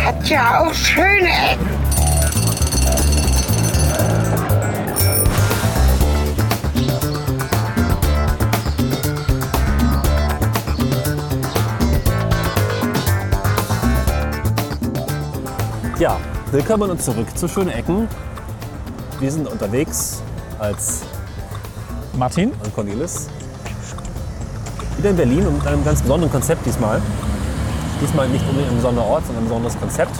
hat ja auch schöne Ecken. Ja, willkommen und zurück zu Schöne Ecken. Wir sind unterwegs als Martin? und Cornelis. Wieder in Berlin und mit einem ganz besonderen Konzept diesmal. Diesmal nicht unbedingt ein besonderer Ort, sondern ein besonderes Konzept.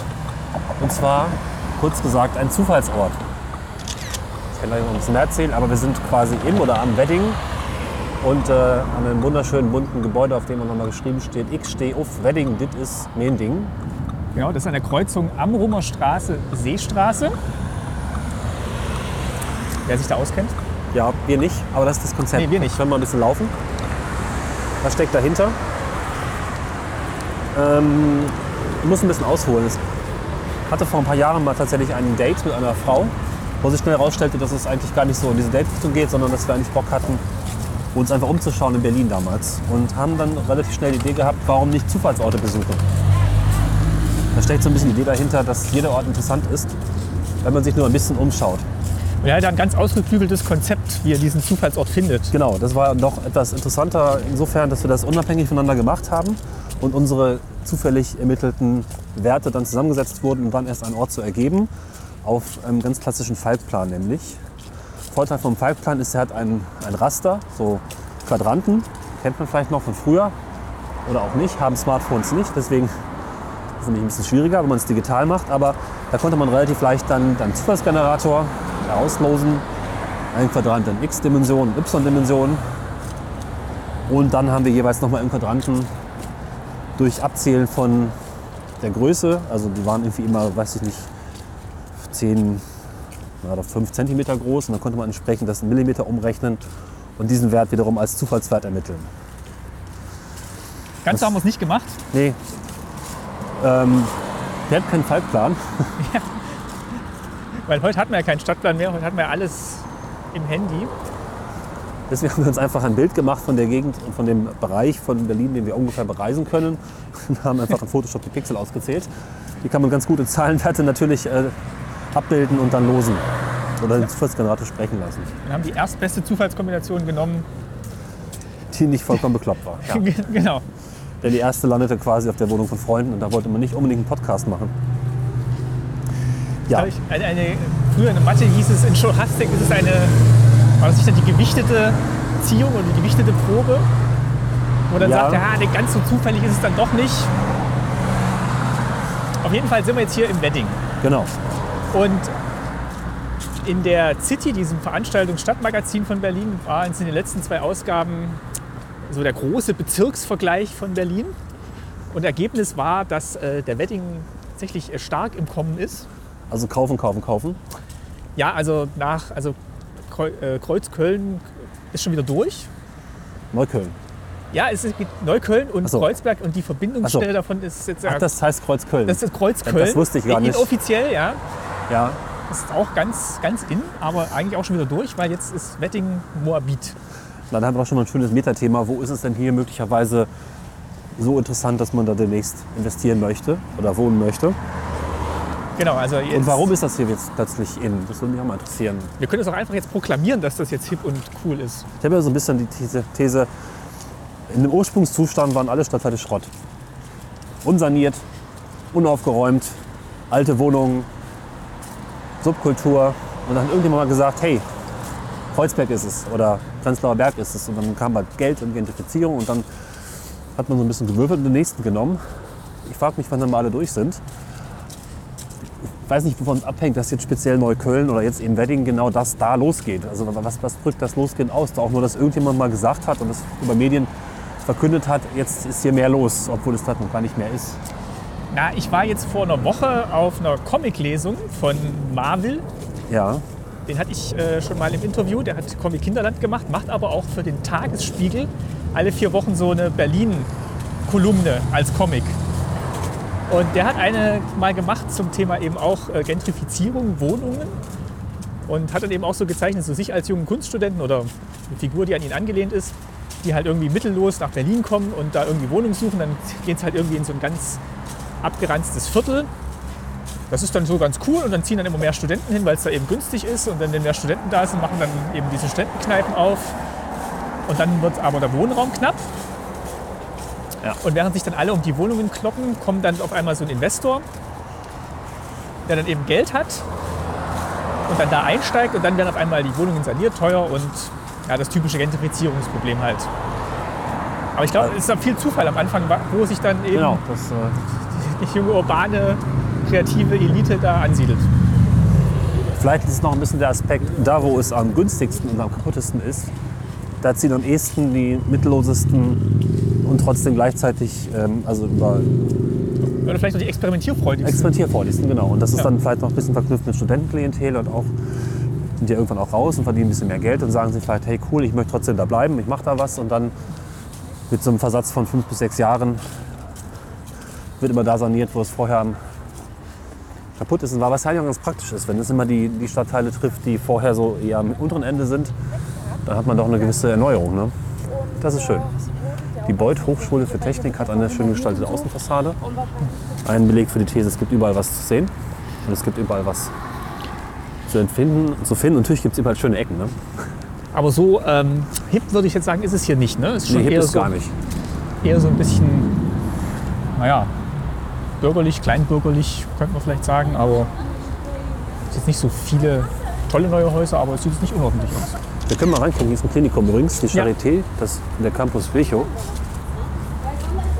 Und zwar, kurz gesagt, ein Zufallsort. Ich kann gleich noch ein bisschen mehr erzählen, aber wir sind quasi im oder am Wedding und äh, an einem wunderschönen bunten Gebäude, auf dem auch nochmal geschrieben steht, ich stehe auf Wedding, dit ist mein Ding. Genau, das ist an der Kreuzung Amrumer Straße, Seestraße. Wer sich da auskennt. Ja, wir nicht, aber das ist das Konzept. Nee, wir nicht. Können wir ein bisschen laufen. Was steckt dahinter? Ähm, ich muss ein bisschen ausholen. Ich hatte vor ein paar Jahren mal tatsächlich ein Date mit einer Frau, wo sich schnell herausstellte, dass es eigentlich gar nicht so in diese Date-Richtung geht, sondern dass wir eigentlich Bock hatten, uns einfach umzuschauen in Berlin damals. Und haben dann relativ schnell die Idee gehabt, warum nicht Zufallsorte besuchen. Da steckt so ein bisschen die Idee dahinter, dass jeder Ort interessant ist, wenn man sich nur ein bisschen umschaut. Und er hat ein ganz ausgeklügeltes Konzept, wie er diesen Zufallsort findet. Genau, das war noch etwas interessanter insofern, dass wir das unabhängig voneinander gemacht haben und unsere zufällig ermittelten Werte dann zusammengesetzt wurden, um dann erst einen Ort zu ergeben, auf einem ganz klassischen Falkplan nämlich. Vorteil vom Falkplan ist, er hat ein, ein Raster, so Quadranten, kennt man vielleicht noch von früher oder auch nicht, haben Smartphones nicht, deswegen ist es nämlich ein bisschen schwieriger, wenn man es digital macht, aber da konnte man relativ leicht dann dann Zufallsgenerator auslosen, ein Quadrant in X-Dimensionen, Y-Dimensionen und dann haben wir jeweils nochmal im Quadranten durch Abzählen von der Größe, also die waren irgendwie immer, weiß ich nicht, 10 oder 5 cm groß und dann konnte man entsprechend das in Millimeter umrechnen und diesen Wert wiederum als Zufallswert ermitteln. Ganz so haben wir es nicht gemacht. Nee, ähm, der hat keinen Fallplan. Weil heute hatten wir ja keinen Stadtplan mehr, heute hatten wir ja alles im Handy. Deswegen haben wir uns einfach ein Bild gemacht von der Gegend und von dem Bereich von Berlin, den wir ungefähr bereisen können. Und haben einfach in Photoshop die Pixel ausgezählt. Die kann man ganz gut in Zahlenwerte natürlich äh, abbilden und dann losen. Oder den Zufallsgenerator sprechen lassen, Wir haben die erstbeste Zufallskombination genommen. die nicht vollkommen bekloppt war. Ja. genau. Denn die erste landete quasi auf der Wohnung von Freunden und da wollte man nicht unbedingt einen Podcast machen. Ja, Hab Ich, eine, eine, früher in der Mathe hieß es, in Scholastik ist es eine, war das nicht dann die gewichtete Ziehung oder die gewichtete Probe? Wo dann Ja. sagt, ja, nee, ganz so zufällig ist es dann doch nicht. Auf jeden Fall sind wir jetzt hier im Wedding. genau. Und in der City, diesem Veranstaltung Stadtmagazin von Berlin, war uns in den letzten zwei Ausgaben so der große Bezirksvergleich von Berlin. Und Ergebnis war, dass äh, der Wedding tatsächlich äh, stark im Kommen ist. Also kaufen, kaufen, kaufen. Ja, also nach also Kreu- äh, Kreuz Köln ist schon wieder durch. Neukölln. Ja, es ist- gibt Neukölln und Ach so. Kreuzberg und die Verbindungsstelle Ach so. davon ist jetzt äh, Ach, das heißt Kreuzköln. das ist Kreuz Köln. Das wusste ich gar nicht. Inoffiziell, ja. Ja, Das ist auch ganz, ganz in, aber eigentlich auch schon wieder durch, weil jetzt ist Wedding Moabit. Dann haben wir auch schon mal ein schönes Metathema. Wo ist es denn hier möglicherweise so interessant, dass man da demnächst investieren möchte oder wohnen möchte? Genau, also jetzt, Und warum ist das hier jetzt plötzlich in? Das würde mich auch mal interessieren. Wir können es auch einfach jetzt proklamieren, dass das jetzt hip und cool ist. Ich habe ja so ein bisschen die These, These in dem Ursprungszustand waren alle Stadtteile Schrott. Unsaniert, unaufgeräumt, alte Wohnungen, Subkultur. Und dann hat irgendjemand mal gesagt, hey, Kreuzberg ist es oder Prenzlauer Berg ist es. Und dann kam halt Geld und Gentrifizierung und dann hat man so ein bisschen gewürfelt und den nächsten genommen. Ich frage mich, wann dann mal alle durch sind. Ich weiß nicht, wovon es abhängt, dass jetzt speziell Neukölln oder jetzt eben Wedding genau das da losgeht. Also was, was drückt das Losgehen aus? Auch nur, dass irgendjemand mal gesagt hat und das über Medien verkündet hat, jetzt ist hier mehr los, obwohl es das noch gar nicht mehr ist. Na, ich war jetzt vor einer Woche auf einer Comiclesung von Marvel Ja, Den hatte ich äh, schon mal im Interview. Der hat Comic Kinderland gemacht, macht aber auch für den Tagesspiegel alle vier Wochen so eine Berlin-Kolumne als Comic. Und der hat eine mal gemacht zum Thema eben auch äh, Gentrifizierung, Wohnungen. Und hat dann eben auch so gezeichnet, so sich als jungen Kunststudenten oder eine Figur, die an ihn angelehnt ist, die halt irgendwie mittellos nach Berlin kommen und da irgendwie Wohnung suchen. Dann geht es halt irgendwie in so ein ganz abgeranztes Viertel Das ist dann so ganz cool und dann ziehen dann immer mehr Studenten hin, weil es da eben günstig ist. Und dann, wenn mehr Studenten da sind, machen dann eben diese Studentenkneipen auf. Und dann wird aber der Wohnraum knapp. Ja. Und während sich dann alle um die Wohnungen kloppen, kommt dann auf einmal so ein Investor, der dann eben Geld hat und dann da einsteigt und dann werden auf einmal die Wohnungen saniert, teuer und ja, das typische Gentrifizierungsproblem halt. Aber ich glaube, es ist dann viel Zufall am Anfang, wo sich dann eben Genau, das, äh, die junge urbane kreative Elite da ansiedelt. vielleicht ist es noch ein bisschen der Aspekt, da wo es am günstigsten und am kaputtesten ist, da ziehen am ehesten die mittellosesten und trotzdem gleichzeitig, ähm, also über Oder vielleicht auch die experimentierfreudigsten. Experimentiervorlesen, genau. Und das ist Ja. dann vielleicht noch ein bisschen verknüpft mit Studentenklientel und auch sind ja irgendwann auch raus und verdienen ein bisschen mehr Geld und sagen sich vielleicht, hey cool, ich möchte trotzdem da bleiben, ich mache da was und dann mit so einem Versatz von fünf bis sechs Jahren wird immer da saniert, wo es vorher kaputt ist und war, was halt ja ganz praktisch ist. Wenn es immer die, die Stadtteile trifft, die vorher so eher am unteren Ende sind, dann hat man doch eine gewisse Erneuerung. Ne? Das ist schön. Die Beuth Hochschule für Technik hat eine schön gestaltete Außenfassade ein Beleg für die These, es gibt überall was zu sehen und es gibt überall was zu empfinden, zu finden. Und natürlich gibt es überall schöne Ecken. Ne? Aber so ähm, hip würde ich jetzt sagen, ist es hier nicht. Ne? Es ist schon Nee, hip eher, ist so, gar nicht. eher so ein bisschen, naja, bürgerlich, kleinbürgerlich, könnte man vielleicht sagen. Aber es ist jetzt nicht so viele tolle neue Häuser, aber es sieht jetzt nicht unordentlich aus. Wir können mal reingucken. Hier ist ein Klinikum übrigens, die Ja. Charité, das, der Campus Virchow.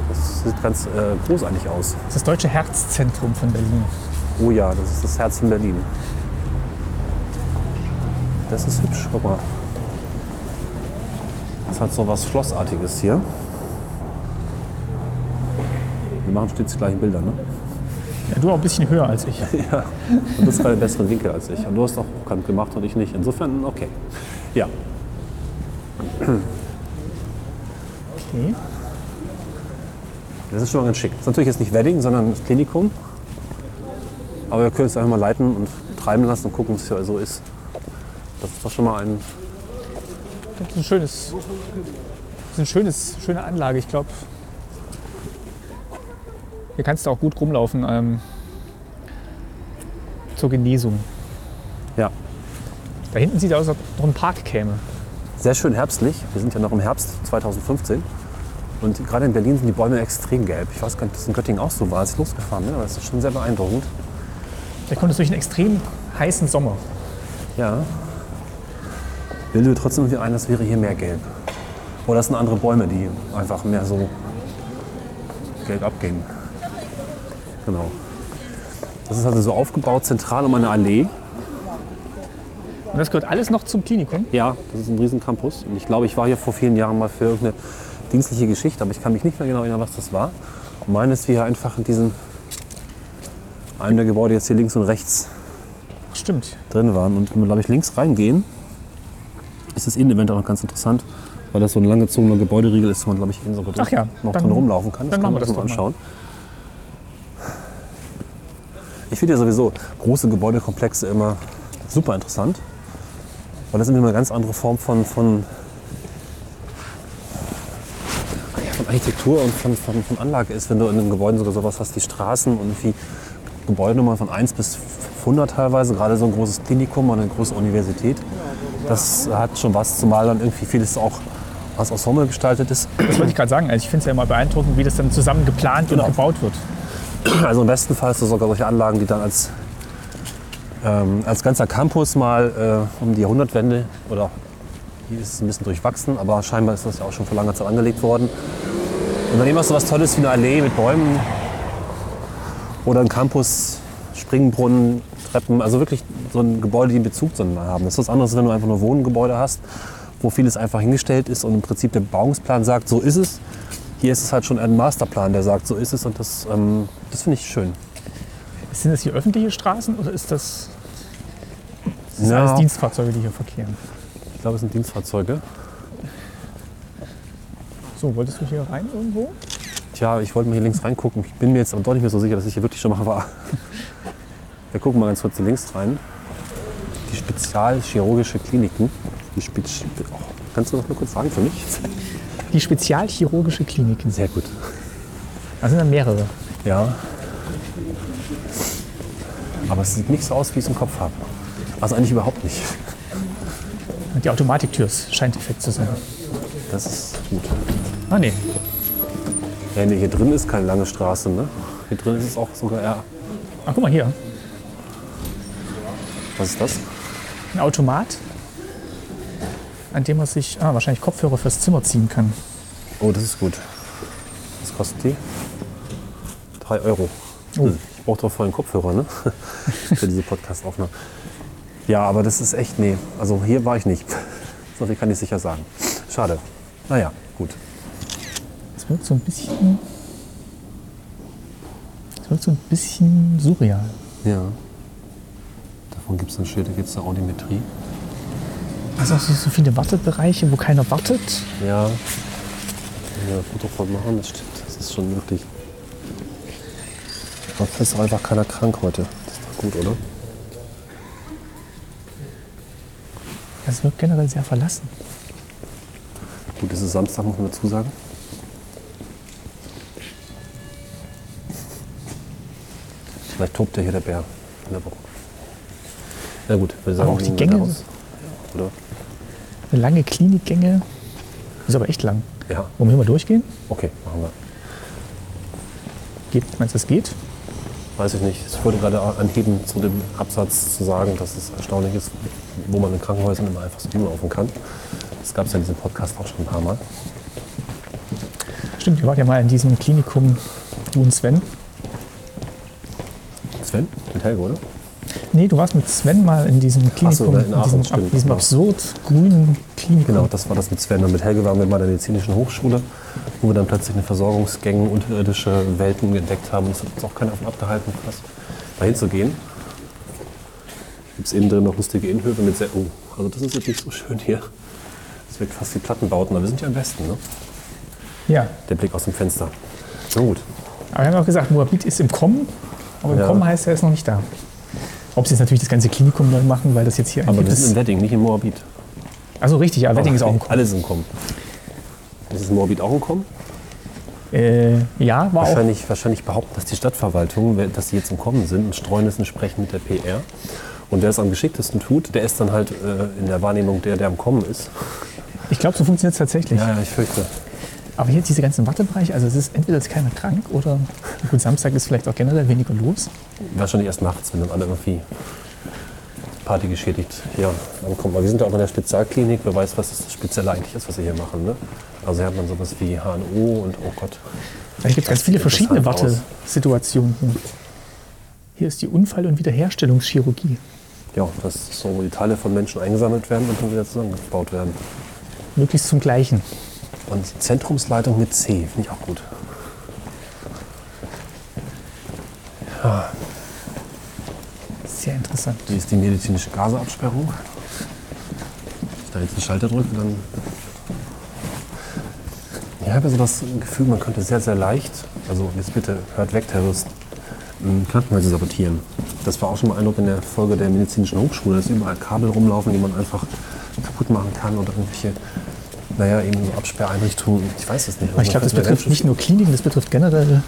Das sieht ganz äh, großartig aus. Das ist das deutsche Herzzentrum von Berlin. Oh ja, das ist das Herz von Berlin. Das ist hübsch, guck mal. Das hat so was Schlossartiges hier. Wir machen stets die gleichen Bilder, ne? Ja, du auch ein bisschen höher als ich. Du bist bei einem besseren Winkel als ich. Und du hast auch hochkant gemacht und ich nicht. Insofern, okay. Ja. Okay. Das ist schon mal ganz schick. Das ist natürlich jetzt nicht Wedding, sondern das Klinikum. Aber wir können es einfach mal leiten und treiben lassen und gucken, was hier so ist. Das ist doch schon mal ein. Das ist ein schönes, das ist ein schönes, schöne Anlage, ich glaube. Hier kannst du auch gut rumlaufen ähm, zur Genesung. Ja. Da hinten sieht aus, als ob noch ein Park käme. Sehr schön herbstlich. Wir sind ja noch im Herbst 2015. Und gerade in Berlin sind die Bäume extrem gelb. Ich weiß gar nicht, ob das in Göttingen auch so war, als ich losgefahren bin, aber das ist schon sehr beeindruckend. Da kommt es durch einen extrem heißen Sommer. Ja. Bilde mir trotzdem irgendwie ein, das wäre hier mehr gelb. Oder das sind andere Bäume, die einfach mehr so gelb abgehen. Genau. Das ist also so aufgebaut, zentral um eine Allee. Und das gehört alles noch zum Klinikum. Ja, das ist ein Riesencampus. Und ich glaube, ich war hier vor vielen Jahren mal für irgendeine dienstliche Geschichte, aber ich kann mich nicht mehr genau erinnern, was das war. Und meine ist, wir hier einfach in diesem, einem der Gebäude jetzt hier links und rechts Ach, Stimmt. drin waren. Und wenn wir, glaube ich, links reingehen, ist das Innenevent auch noch ganz interessant, weil das so ein langgezogener Gebäuderiegel ist, wo man, glaube ich, in so Ach ja, noch dann- drin rumlaufen kann. dann kann machen wir man sich das doch anschauen. Ich finde ja sowieso große Gebäudekomplexe immer super interessant, weil das sind immer eine ganz andere Form von, von, Ah ja, von Architektur und von, von, von Anlage ist, wenn du in einem Gebäude sogar sowas hast wie Straßen und wie Gebäudenummern von 1 bis 100 teilweise, gerade so ein großes Klinikum und eine große Universität. Das hat schon was, zumal dann irgendwie vieles auch als Ensemble gestaltet ist. Das wollte ich gerade sagen. Also ich finde es ja immer beeindruckend, wie das dann zusammen geplant Genau. und gebaut wird. Also im besten Fall hast du sogar solche Anlagen, die dann als, ähm, als ganzer Campus mal äh, um die Jahrhundertwende oder hier ist es ein bisschen durchwachsen, aber scheinbar ist das ja auch schon vor langer Zeit angelegt worden. Und dann eben hast du was Tolles wie eine Allee mit Bäumen oder ein Campus, Springbrunnen, Treppen, also wirklich so ein Gebäude, die einen Bezug zueinander haben. Das ist was anderes, wenn du einfach nur Wohngebäude hast, wo vieles einfach hingestellt ist und im Prinzip der Bebauungsplan sagt, so ist es. Hier ist es halt schon ein Masterplan, der sagt, so ist es und das, ähm, das finde ich schön. Sind das hier öffentliche Straßen oder ist das, das Ja. alles Dienstfahrzeuge, die hier verkehren? Ich glaube, es sind Dienstfahrzeuge. So, wolltest du hier rein irgendwo? Tja, ich wollte mal hier links reingucken. Ich bin mir jetzt aber doch nicht mehr so sicher, dass ich hier wirklich schon mal war. Wir gucken mal ganz kurz hier links rein. Die Spezialchirurgische Kliniken. Die Spitz oh, kannst du das nur kurz sagen für mich? Die Spezialchirurgische Kliniken. Sehr gut. Da sind dann mehrere. Ja. Aber es sieht nicht so aus, wie ich es im Kopf habe. Also eigentlich überhaupt nicht. Und die Automatiktür es scheint defekt zu sein. Das ist gut. Ah, nee. Ja, nee, hier drin ist keine lange Straße, ne? Hier drin ist es auch sogar eher. Ach, Ah, guck mal hier. Was ist das? Ein Automat, an dem man sich ah, wahrscheinlich Kopfhörer fürs Zimmer ziehen kann. Oh, das ist gut. Was kostet die? 3 Euro. Hm, Ich brauche doch vorhin Kopfhörer, ne? Für diese Podcast-Aufnahme. Ja, aber das ist echt, nee. Also hier war ich nicht. So viel kann ich sicher sagen. Schade. Naja, gut. Es wirkt so ein bisschen. Es wirkt so ein bisschen surreal. Ja. Davon gibt es ein Schild, da gibt es eine Audimetrie. Also auch so, so viele Wartebereiche, wo keiner wartet. Ja. Ja, Foto von machen, das stimmt. Das ist schon wirklich. Aber es ist auch einfach keiner krank heute. Das ist doch gut, oder? Es wirkt generell sehr verlassen. Gut, es ist Samstag, muss man dazu sagen. Vielleicht tobt ja hier der Bär in der Woche. Na gut, wir sagen, auch die wir Gänge- gehen raus. Oder? Lange Klinikgänge. Ist aber echt lang. Ja, Wollen wir hier mal durchgehen? okay, machen wir. Geht, meinst du, das geht? Weiß ich nicht. Ich wollte gerade anheben, zu dem Absatz zu sagen, dass es erstaunlich ist, wo man in Krankenhäusern immer einfach so rumlaufen kann. Das gab es ja in diesem Podcast auch schon ein paar Mal. Stimmt, wir waren ja mal in diesem Klinikum, du und Sven. Sven? Mit Helge, oder? Nee, du warst mit Sven mal in diesem Klinikum, in Aachen, diesem, stimmt, diesem genau. absurd grünen Klinikum. Genau, das war das mit Sven. Und mit Helge waren wir mal in der medizinischen Hochschule, wo wir dann plötzlich eine Versorgungsgänge, unterirdische Welten entdeckt haben. Das hat uns auch keiner davon abgehalten, krass, da hinzugehen. Gibt es innen drin noch lustige Innenhöfe mit sehr. Oh, also das ist jetzt nicht so schön hier. Das wirkt fast wie Plattenbauten, aber wir sind ja am besten, ne? Ja, Der Blick aus dem Fenster. Na gut. aber wir haben auch gesagt, Moabit ist im Kommen, aber im Ja. Kommen heißt, er ist noch nicht da. Ob sie jetzt natürlich das ganze Klinikum neu machen, weil das jetzt hier Aber wir das... sind in Wedding, nicht in Moabit. Also richtig, ja, Wedding ist auch im Kommen. Alle sind kommen. Ist es in Moabit auch ein Kommen? Äh, ja, war auch. Wahrscheinlich, wahrscheinlich behaupten, dass die Stadtverwaltung, wel- dass sie jetzt im Kommen sind und streuen es entsprechend mit der PR. Und wer es am geschicktesten tut, der ist dann halt äh, in der Wahrnehmung der, der am Kommen ist. Ich glaube, so funktioniert es tatsächlich. Ja, ja, ich fürchte. Aber hier diese ganzen Wartebereiche, also es ist entweder ist keiner krank oder gut, Samstag ist vielleicht auch generell weniger los. Wahrscheinlich erst nachts, wenn dann alle irgendwie Party geschädigt ja, ankommen. Aber wir sind ja auch in der Spezialklinik. Wer weiß, was das Spezielle eigentlich ist, was wir hier machen. Ne? Also hier hat man sowas wie HNO und oh Gott. Also gibt ganz viele verschiedene Interessant aus. Wartesituationen. Hier. hier ist die Unfall- und Wiederherstellungschirurgie. Ja, das ist so, wo die Teile von Menschen eingesammelt werden und dann wieder zusammengebaut werden. Möglichst zum Gleichen. Und Zentrumsleitung mit C, finde ich auch gut. Sehr interessant. Hier ist die medizinische Gaseabsperrung. Wenn ich da jetzt einen Schalter drücke, dann. Ich habe so das Gefühl, man könnte sehr, sehr leicht, also jetzt bitte hört weg, Terroristen, ähm, Krankenhäuser sabotieren. Das war auch schon mal Eindruck in der Folge der medizinischen Hochschule, dass überall Kabel rumlaufen, die man einfach kaputt machen kann oder irgendwelche, naja, eben so Absperreinrichtungen. Ich weiß es nicht. Aber ich glaube, das Also man könnte betrifft nicht nur Kliniken, das betrifft generell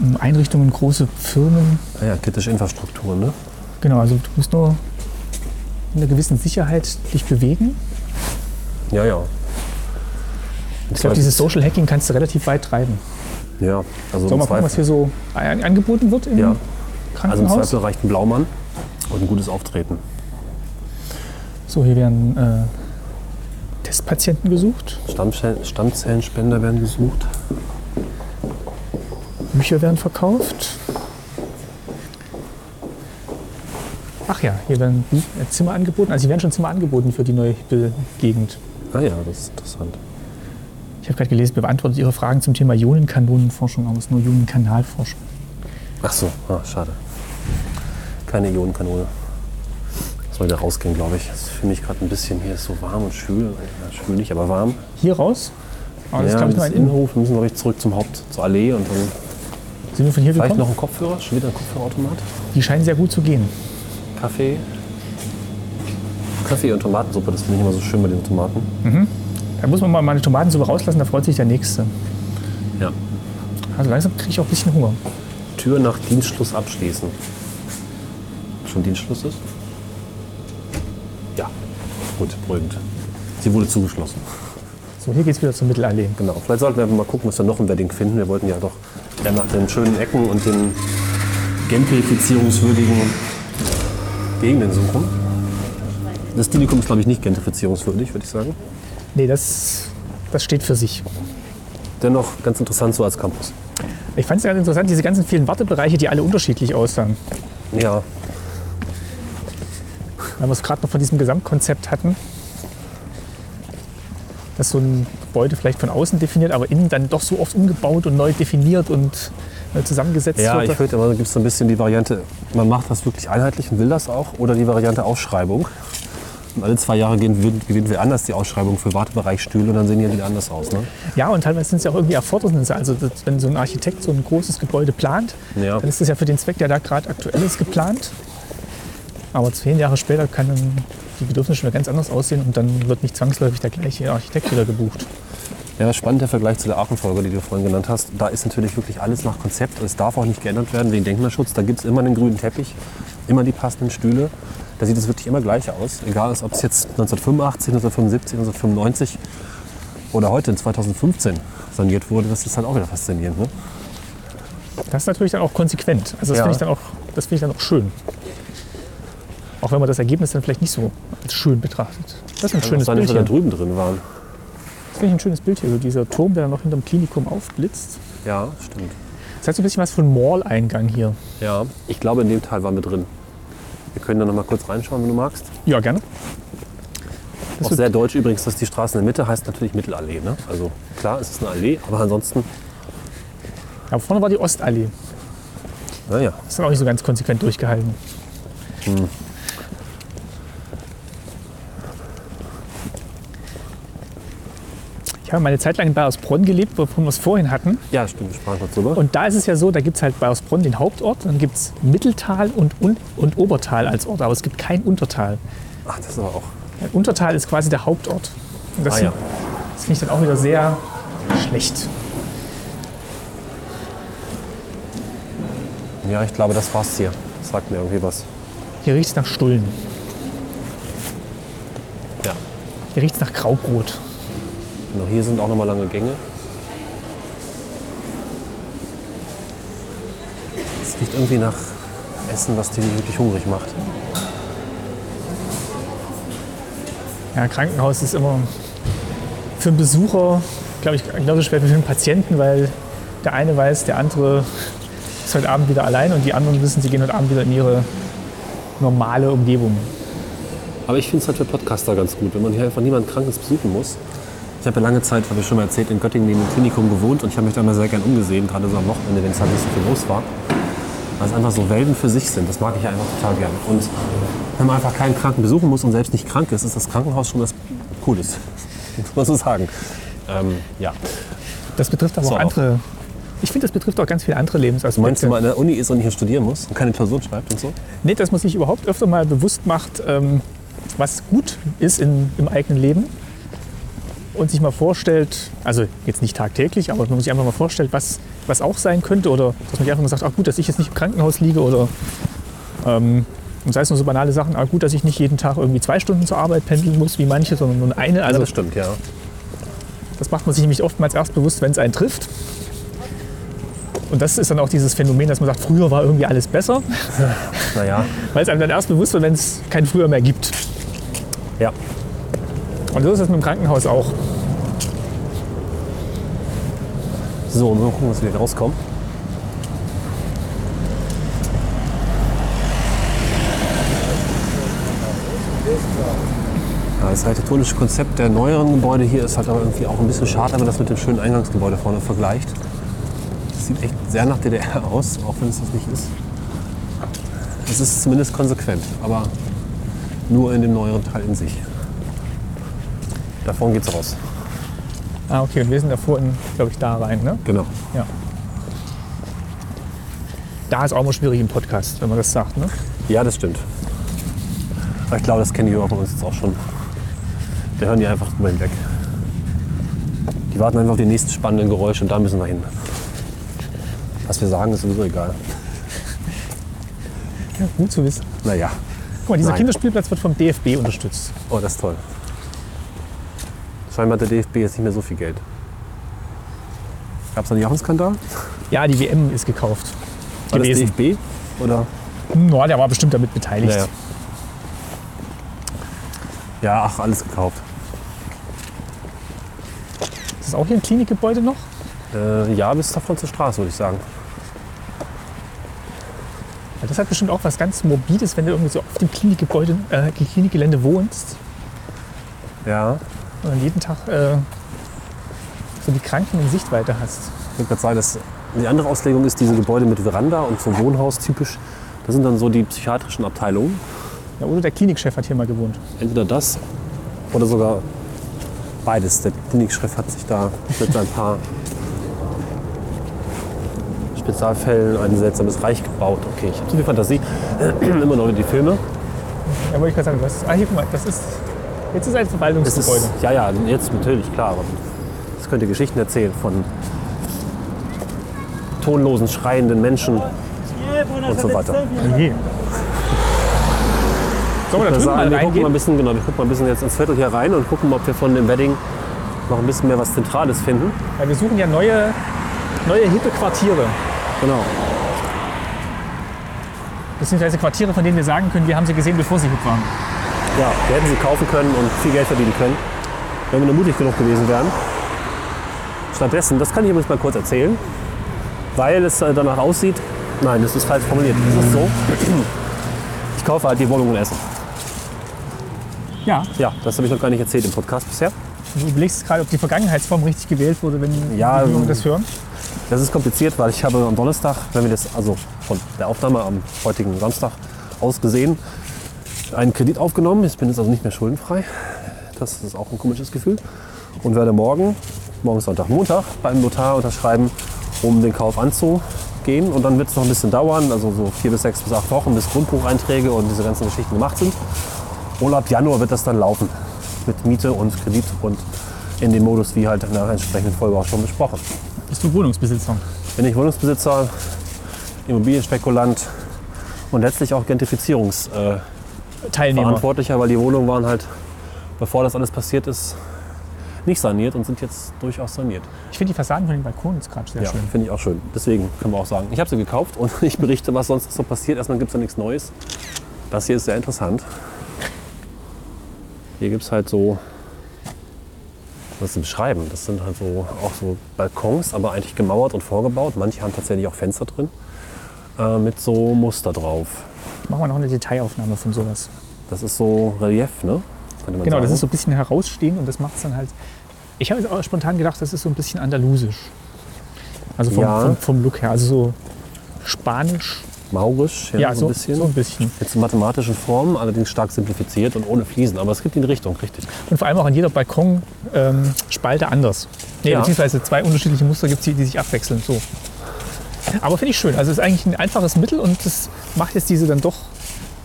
ähm, Einrichtungen, große Firmen. Ah ja, kritische Infrastruktur, ne? Genau, also du musst nur in einer gewissen Sicherheit dich bewegen. Ja, ja. Ich glaube, dieses Social Hacking kannst du relativ weit treiben. Ja, also Sollen im wir mal gucken, was Zweifel, hier so an- angeboten wird im Ja. also im Krankenhaus? Zweifel reicht ein Blaumann und ein gutes Auftreten. So, hier werden äh, Testpatienten gesucht, Stammzellen, Stammzellenspender werden gesucht. Bücher werden verkauft. Ach ja, hier werden äh, Zimmer angeboten. Also hier werden schon Zimmer angeboten für die neue hippe Gegend. Ah ja, das ist interessant. Ich habe gerade gelesen, beantwortet Ihre Fragen zum Thema Ionenkanonenforschung aus, nur Ionenkanalforschung. Ach so, ah, schade. Keine Ionenkanone. Das soll wieder rausgehen, glaube ich. Ich fühle mich gerade ein bisschen hier ist so warm und schwül. Ja, schwül nicht, aber warm. Hier raus. Aber das ja, ist, glaube ich, nur ein das Innenhof. Innenhof. Wir müssen, glaube ich, zurück zum Haupt, zur Allee und dann Sind wir von hier vielleicht gekommen? noch ein Kopfhörer. Schon wieder ein Kopfhörerautomat. Die scheinen sehr gut zu gehen. Kaffee. Kaffee und Tomatensuppe, das finde ich immer so schön bei den Tomaten. Da muss man mal meine Tomatensuppe rauslassen, da freut sich der Nächste. Ja. Also langsam kriege ich auch ein bisschen Hunger. Tür nach Dienstschluss abschließen. schon Dienstschluss ist? Ja, gut, beruhigend. Sie wurde zugeschlossen. So, hier geht's wieder zur Mittelallee. Genau. Vielleicht sollten wir mal gucken, was wir noch im Wedding finden. Wir wollten ja doch eher nach den schönen Ecken und den gentrifizierungswürdigen Gegenden suchen. Das Klinikum ist, glaube ich, nicht gentrifizierungswürdig, würde ich sagen. Nee, das, das steht für sich. Dennoch ganz interessant so als Campus. Ich fand es ganz interessant, diese ganzen vielen Wartebereiche, die alle unterschiedlich aussahen. Ja, Weil wir es gerade noch von diesem Gesamtkonzept hatten, dass so ein Gebäude vielleicht von außen definiert, aber innen dann doch so oft umgebaut und neu definiert und neu zusammengesetzt Ja, wird. ich würde immer, gibt es so ein bisschen die Variante, man macht das wirklich einheitlich und will das auch, oder die Variante Ausschreibung. Und alle zwei Jahre gehen, gewinnt- gewinnt wer anders die Ausschreibung für Wartebereichstühle und dann sehen die wieder anders aus. Ne? Ja, und teilweise sind es ja auch irgendwie Erfordernisse. Also das- wenn so ein Architekt so ein großes Gebäude plant, Ja. dann ist das ja für den Zweck, der da gerade aktuell ist, geplant. Aber zehn Jahre später kann dann die Bedürfnisse wieder ganz anders aussehen und dann wird nicht zwangsläufig der gleiche Architekt wieder gebucht. Ja, spannend der Vergleich zu der Aachen-Folge, die du vorhin genannt hast. Da ist natürlich wirklich alles nach Konzept und es darf auch nicht geändert werden wegen Denkmalschutz. Da gibt es immer den grünen Teppich, immer die passenden Stühle. Da sieht es wirklich immer gleich aus, egal ob es jetzt 1985, 1975, 1995 oder heute in 2015 saniert wurde. Das ist halt auch wieder faszinierend. Ne? Das ist natürlich dann auch konsequent. Also das Ja. finde ich dann auch, das finde ich dann auch schön. Auch wenn man das Ergebnis dann vielleicht nicht so als schön betrachtet. Das ist Kann ein auch schönes sein, Bild dass wir hier. da Das drüben drin waren. finde ich ein schönes Bild hier. So dieser Turm, der dann noch hinterm Klinikum aufblitzt. Ja, stimmt. Das hat so ein bisschen was von Mall-Eingang hier. Ja. Ich glaube, in dem Teil waren wir drin. Wir können da noch mal kurz reinschauen, wenn du magst. Ja, gerne. Auch wird- sehr deutsch übrigens, dass die Straße in der Mitte heißt natürlich Mittelallee. Ne? Also klar, es ist eine Allee, aber ansonsten, Da vorne war die Ostallee. naja. Das ist auch nicht so ganz konsequent durchgehalten. Hm. Ich habe meine Zeit lang in Bayersbronn gelebt, wovon wir es vorhin hatten. Ja, stimmt, wir sprachen kurz drüber. Und da ist es ja so, da gibt es halt Bayersbronn den Hauptort, dann gibt es Mitteltal und, Un und Obertal als Ort, aber es gibt kein Untertal. Ach, Ah, das ist aber auch. Ein Untertal ist quasi der Hauptort. Und das, Ah, ja. das finde ich dann auch wieder sehr schlecht. Ja, ich glaube, das war's hier. Das sagt mir irgendwie was. Hier riecht es nach Stullen, Ja. hier riecht es nach Graubrot. Genau, hier sind auch noch mal lange Gänge. Es riecht irgendwie nach Essen, was dich wirklich hungrig macht. Ja, Krankenhaus ist immer für einen Besucher, glaube ich, genauso schwer wie für einen Patienten, weil der eine weiß, der andere ist heute Abend wieder allein und die anderen wissen, sie gehen heute Abend wieder in ihre normale Umgebung. Aber ich finde es halt für Podcaster ganz gut, wenn man hier einfach niemand Krankes besuchen muss. Ich habe ja lange Zeit, habe ich schon mal erzählt, in Göttingen neben dem Klinikum gewohnt und ich habe mich da immer sehr gern umgesehen, gerade so am Wochenende, wenn es halt nicht so viel los war. Weil es einfach so Welten für sich sind. Das mag ich ja einfach total gern. Und wenn man einfach keinen Kranken besuchen muss und selbst nicht krank ist, ist das Krankenhaus schon was Cooles. Muss man so sagen. Ähm, ja. Das betrifft aber So. auch andere. Ich finde, das betrifft auch ganz viele andere Lebensaspekte. Meinst du, mal an der Uni ist und hier studieren muss und keine Klausuren schreibt und so? Nee, dass man sich überhaupt öfter mal bewusst macht, ähm, was gut ist in, im eigenen Leben und sich mal vorstellt, also jetzt nicht tagtäglich, aber dass man sich einfach mal vorstellt, was, was auch sein könnte oder dass man sich einfach mal sagt, ah gut, dass ich jetzt nicht im Krankenhaus liege oder ähm, und sei es nur so banale Sachen, ah gut, dass ich nicht jeden Tag irgendwie zwei Stunden zur Arbeit pendeln muss wie manche, sondern nur eine. Also das stimmt, ja. das macht man sich nämlich oftmals erst bewusst, wenn es einen trifft. Und das ist dann auch dieses Phänomen, dass man sagt, früher war irgendwie alles besser, Naja. weil es einem dann erst bewusst wird, wenn es kein Früher mehr gibt. Ja. Und so ist das mit dem Krankenhaus auch. So, und mal gucken, was wir hier rauskommen. Ja, das architektonische Konzept der neueren Gebäude hier ist halt aber irgendwie auch ein bisschen schade, wenn man das mit dem schönen Eingangsgebäude vorne vergleicht. Das sieht echt sehr nach DDR aus, auch wenn es das nicht ist. Es ist zumindest konsequent, aber nur in dem neueren Teil in sich. Davon geht's raus. Ah, okay, und wir sind da vorhin, glaube ich, da rein, ne? Genau. Ja. Da ist auch mal schwierig im Podcast, wenn man das sagt, ne? Ja, das stimmt. Aber ich glaube, das kennen die Hörer von uns jetzt auch schon. Da hören die einfach drüber hinweg. Die warten einfach auf die nächsten spannenden Geräusche und da müssen wir hin. Was wir sagen, ist sowieso egal. Gut zu wissen. Naja, Guck mal, dieser Nein. Kinderspielplatz wird vom DFB unterstützt. oh, das ist toll. Scheinbar hat der DFB jetzt nicht mehr so viel Geld. Gab es da nicht auch einen Skandal? Ja, die WM ist gekauft. War das gewesen. DFB? Oder? Hm, Ja, der war bestimmt damit beteiligt. Naja. Ja, ach, alles gekauft. Ist das auch hier ein Klinikgebäude noch? Äh, ja, bis davon zur Straße, würde ich sagen. Weil das hat bestimmt auch was ganz Morbides, wenn du irgendwie so auf dem Klinikgebäude, äh, Klinikgelände wohnst Ja, und dann jeden Tag äh, so die Kranken in Sichtweite hast. ich würde gerade sagen, dass die andere Auslegung ist diese Gebäude mit Veranda und so Wohnhaus typisch. Das sind dann so die psychiatrischen Abteilungen. Ja, oder der Klinikchef hat hier mal gewohnt. Entweder das oder sogar beides. Der Klinikchef hat sich da mit ein paar Spezialfällen ein seltsames Reich gebaut. Okay, ich habe so viel Fantasie. Immer noch in die Filme. Ja, wollte ich gerade sagen, was, ah, hier, guck mal, das ist, jetzt ist ein Es ist, Verwaltungsgebäude. ja, ja, jetzt natürlich, klar. Aber es könnte Geschichten erzählen von tonlosen, schreienden Menschen und so weiter. Je. Sollen Wir, wir da drüben mal sagen, wir, gucken mal ein reingehen? bisschen, genau, wir gucken mal ein bisschen jetzt ins Viertel hier rein und gucken, ob wir von dem Wedding noch ein bisschen mehr was Zentrales finden. Weil wir suchen ja neue, neue hippe Quartiere. Genau. Beziehungsweise Quartiere, von denen wir sagen können, wir haben sie gesehen, bevor sie hip waren. Ja, wir hätten sie kaufen können und viel Geld verdienen können, wenn wir nur mutig genug gewesen wären. Stattdessen, das kann ich übrigens mal kurz erzählen, weil es äh, danach aussieht. Nein, das ist falsch formuliert. Das ist so. Ich kaufe halt die Wohnung in Essen. Ja, Ja, das habe ich noch gar nicht erzählt im Podcast bisher. du überlegst gerade, ob die Vergangenheitsform richtig gewählt wurde, wenn Ja, die Jungen ähm, das hören. Das ist kompliziert, weil ich habe am Donnerstag, wenn wir das also von der Aufnahme am heutigen Samstag aus gesehen, einen Kredit aufgenommen. Ich bin jetzt also nicht mehr schuldenfrei. Das ist auch ein komisches Gefühl. Und werde morgen, morgen ist Sonntag, Montag, beim Notar unterschreiben, um den Kauf anzugehen. Und dann wird es noch ein bisschen dauern, also so vier bis sechs bis acht Wochen, bis Grundbucheinträge und diese ganzen Geschichten gemacht sind. Und ab Januar wird das dann laufen. Mit Miete und Kredit und in dem Modus, wie halt in der entsprechenden Folge auch schon besprochen Bist du Wohnungsbesitzer? bin ich Wohnungsbesitzer, Immobilienspekulant und letztlich auch Gentrifizierungsverantwortlicher, Teilnehmer. weil die Wohnungen waren halt, bevor das alles passiert ist, nicht saniert und sind jetzt durchaus saniert. Ich finde die Fassaden von den Balkonen jetzt gerade sehr Ja, schön. finde ich auch schön. Deswegen können wir auch sagen, ich habe sie gekauft und ich berichte, was sonst noch so passiert. Erstmal gibt es ja nichts Neues. Das hier ist sehr interessant. Hier gibt es halt so, was zum Schreiben. Das sind halt so auch so Balkons, aber eigentlich gemauert und vorgebaut. Manche haben tatsächlich auch Fenster drin äh, mit so Muster drauf. Machen wir noch eine Detailaufnahme von sowas. Das ist so Relief, ne? Könnte man Genau, sagen. das ist so ein bisschen herausstehend und das macht es dann halt. Ich habe jetzt auch spontan gedacht, das ist so ein bisschen andalusisch. Also vom, Ja. vom, vom Look her. Also so spanisch. maurisch, ja, Ja, so so, ein bisschen. so ein bisschen. Jetzt in mathematischen Formen, allerdings stark simplifiziert und ohne Fliesen. Aber es gibt die Richtung, richtig. Und vor allem auch an jeder Balkonspalte ähm, Spalte anders. Nee, Ja. Beziehungsweise zwei unterschiedliche Muster gibt es, die, die sich abwechseln. So. Aber finde ich schön. Also es ist eigentlich ein einfaches Mittel und das macht jetzt diese dann doch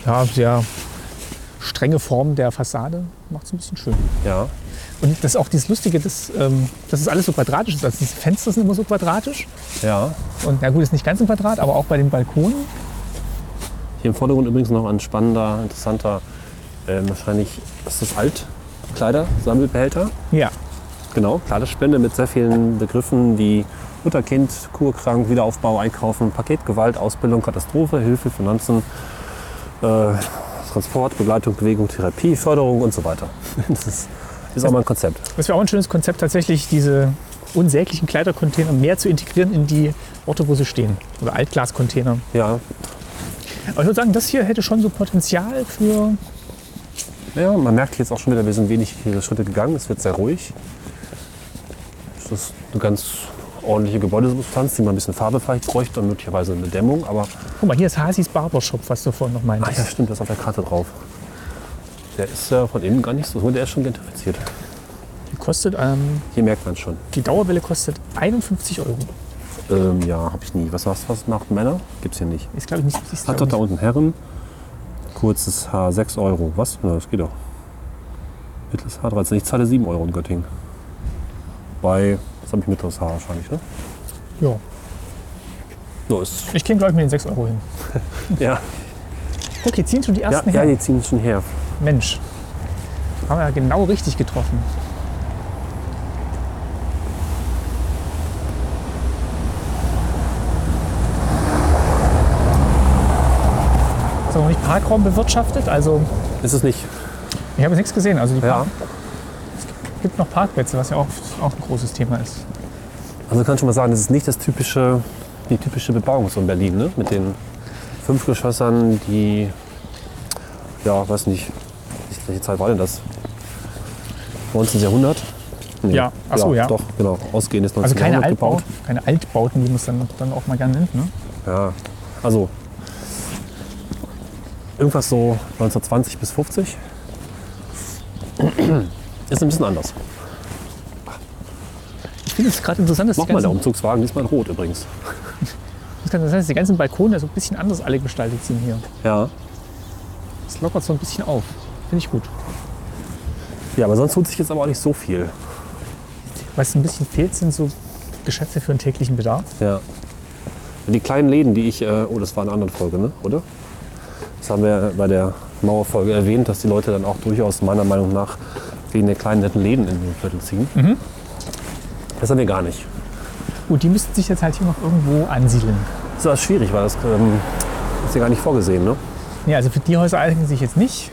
ja, sehr strenge Form der Fassade. Macht es ein bisschen schön. Ja. Und das ist auch dieses Lustige, dass, ähm, dass es alles so quadratisch ist. Also diese Fenster sind immer so quadratisch. Ja. Und na gut, ist nicht ganz im Quadrat, aber auch bei den Balkonen. Hier im Vordergrund übrigens noch ein spannender, interessanter, ähm, wahrscheinlich ist das Altkleidersammelbehälter. Ja. Genau, Kleiderspende mit sehr vielen Begriffen wie Mutter, Kind, Kurkrank, Wiederaufbau, Einkaufen, Paketgewalt, Ausbildung, Katastrophe, Hilfe, Finanzen, äh, Transport, Begleitung, Bewegung, Therapie, Förderung und so weiter. Das ist, ist auch mal ein Konzept. Das wäre auch ein schönes Konzept, tatsächlich diese unsäglichen Kleidercontainer mehr zu integrieren in die Orte, wo sie stehen. Oder Altglascontainer. Ja, Aber ich würde sagen, das hier hätte schon so Potenzial für. Ja, man merkt jetzt auch schon wieder, wir sind wenig Schritte gegangen. Es wird sehr ruhig. Das ist eine ganz ordentliche Gebäudesubstanz, die man ein bisschen Farbe vielleicht bräuchte und möglicherweise eine Dämmung. Aber Guck mal, hier ist Hasis Barbershop, was du vorhin noch ach ja, meintest. stimmt, das ist auf der Karte drauf. Der ist ja von innen gar nicht so, der ist schon gentrifiziert. Ah, Die kostet, ähm, Hier merkt man schon. die Dauerwelle kostet 51 Euro. Ähm, ja, habe ich nie. Was war's, was macht Männer? Gibt's hier nicht. Ist, glaube ich, nicht. die Ist, Hat doch glaub da ich, unten Herren. Kurzes Haar 6 Euro. Was? Na, das geht doch. Mittleres Haar 13. Ich zahle 7 Euro in Göttingen. Bei, was habe ich mittleres Haar wahrscheinlich, ne? ja. So ist Ich käme, glaube ich, mit den 6 Euro hin. Ja. Guck, hier ziehen schon die Ja, ersten ja, her. die ziehen schon her. Mensch, haben wir genau richtig getroffen. Ist aber noch nicht Parkraum bewirtschaftet, also Ist es nicht? ich habe jetzt nichts gesehen. Also die Ja. Park gibt noch Parkplätze, was ja auch, auch ein großes Thema ist. Also kann schon mal sagen, das ist nicht das typische, die typische Bebauung so in Berlin, ne? Mit den fünf Geschossern, die, ja, weiß nicht, ich- welche Zeit war denn das? 19. Jahrhundert? Nee. Ja, ach so, ja. Doch, genau, ausgehendes 19. Also keine, Jahrhundert Altbau, gebaut. keine Altbauten, wie man es dann, dann auch mal gerne nennt. Ne? Ja, also irgendwas so 1920 bis 50. Ist ein bisschen anders. Ich finde es gerade interessant, dass die, Nochmal der ganzen, Umzugswagen, diesmal in rot übrigens. das kann- das heißt, die ganzen Balkone so ein bisschen anders alle gestaltet sind hier. Ja. Das lockert so ein bisschen auf. Finde ich gut. ja, aber sonst tut sich jetzt aber auch nicht so viel. Was ein bisschen fehlt, sind so Geschäfte für den täglichen Bedarf. Ja. Die kleinen Läden, die ich, äh, oh, das war in einer anderen Folge, ne? oder? Das haben wir bei der Mauerfolge erwähnt, dass die Leute dann auch durchaus meiner Meinung nach wegen der kleinen netten Läden in den Viertel ziehen. Das haben wir gar nicht. Gut, die müssten sich jetzt halt hier noch irgendwo ansiedeln. Das war schwierig, weil das ähm, ist ja gar nicht vorgesehen, ne? Nee, also für die Häuser eignen sich jetzt nicht.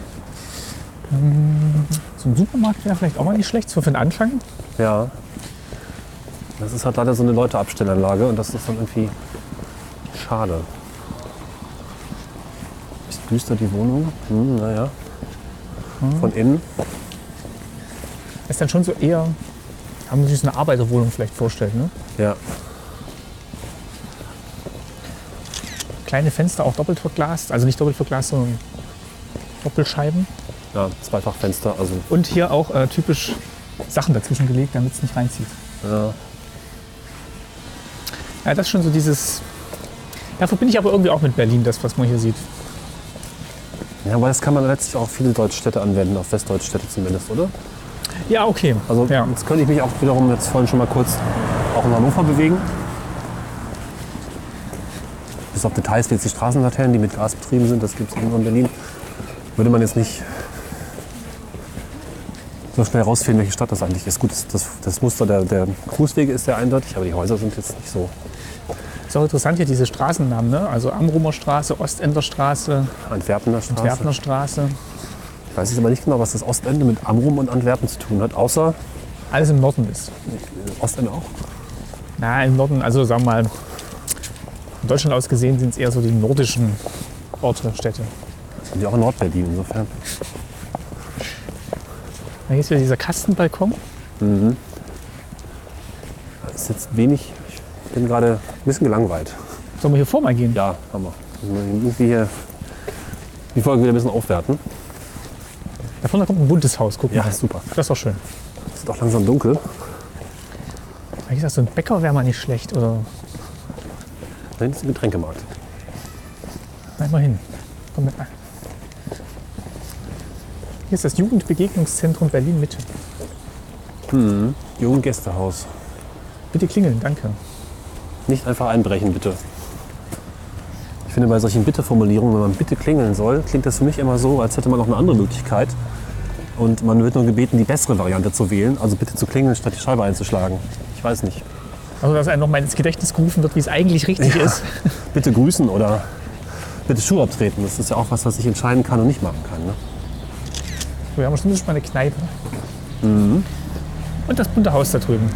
Ähm, So ein Supermarkt wäre vielleicht auch mal nicht schlecht, so für den Anfang. Ja. Das ist halt leider so eine Leuteabstellanlage und das ist dann irgendwie schade. Ist düster die Wohnung? Hm, naja. Von innen? Ist dann schon so eher, haben man sich so eine Arbeiterwohnung vielleicht vorstellt. Ne? Ja. Kleine Fenster, auch doppelt verglast. Also nicht doppelt verglast, sondern Doppelscheiben. Ja, Zweifachfenster, also Und hier auch äh, typisch Sachen dazwischen gelegt, damit es nicht reinzieht. ja. Ja, das ist schon so dieses. Da verbinde ich aber irgendwie auch mit Berlin, das, was man hier sieht. Ja, aber das kann man letztlich auch auf viele deutsche Städte anwenden, auf westdeutsche Städte zumindest, oder? Ja, okay. Also ja. jetzt könnte ich mich auch wiederum jetzt vorhin schon mal kurz auch in Hannover bewegen. Bis auf Details wie jetzt die Straßenlaternen, die mit Gas betrieben sind, das gibt es in Berlin. Würde man jetzt nicht so schnell rausfinden, welche Stadt das eigentlich ist. Gut, das, das, das Muster der, der Cruiswege ist sehr eindeutig, aber die Häuser sind jetzt nicht so Ist auch interessant hier diese Straßennamen, ne? Also Amrumer Straße, Ostender Straße, Antwerpener Straße. Antwerpener Straße. Ich weiß jetzt aber nicht genau, was das Ostende mit Amrum und Antwerpen zu tun hat, außer Alles im Norden ist. Ostende auch. Na, im Norden, also sagen wir mal, von Deutschland aus gesehen sind es eher so die nordischen Orte, Städte. Und Also die auch in Nordberlin insofern. Da ist wieder dieser Kastenbalkon. Da ist jetzt wenig, ich bin gerade ein bisschen gelangweilt. Sollen wir hier vor mal gehen? Ja, Also, haben wir. Müssen wir hier die Folge wieder ein bisschen aufwerten. Da vorne kommt ein buntes Haus, guck mal. super. Das ist doch schön. Es ist auch langsam dunkel. Ich sag, so ein Bäcker wäre mal nicht schlecht, oder? Da hinten ist ein Getränkemarkt. Nein, mal hin. Komm mit. Hier ist das Jugendbegegnungszentrum Berlin-Mitte. Jugendgästehaus. Bitte klingeln, danke. Nicht einfach einbrechen, bitte. Ich finde, bei solchen Bitte-Formulierungen, wenn man bitte klingeln soll, klingt das für mich immer so, als hätte man auch eine andere Möglichkeit. Und man wird nur gebeten, die bessere Variante zu wählen, also bitte zu klingeln, statt die Scheibe einzuschlagen. Ich weiß nicht. Also, dass einem nochmal ins Gedächtnis gerufen wird, wie es eigentlich richtig ist. Bitte grüßen oder bitte Schuhe abtreten. Das ist ja auch was, was ich entscheiden kann und nicht machen kann. Ne? Wir haben bestimmt schon mal eine Kneipe. Mhm. Und das bunte Haus da drüben.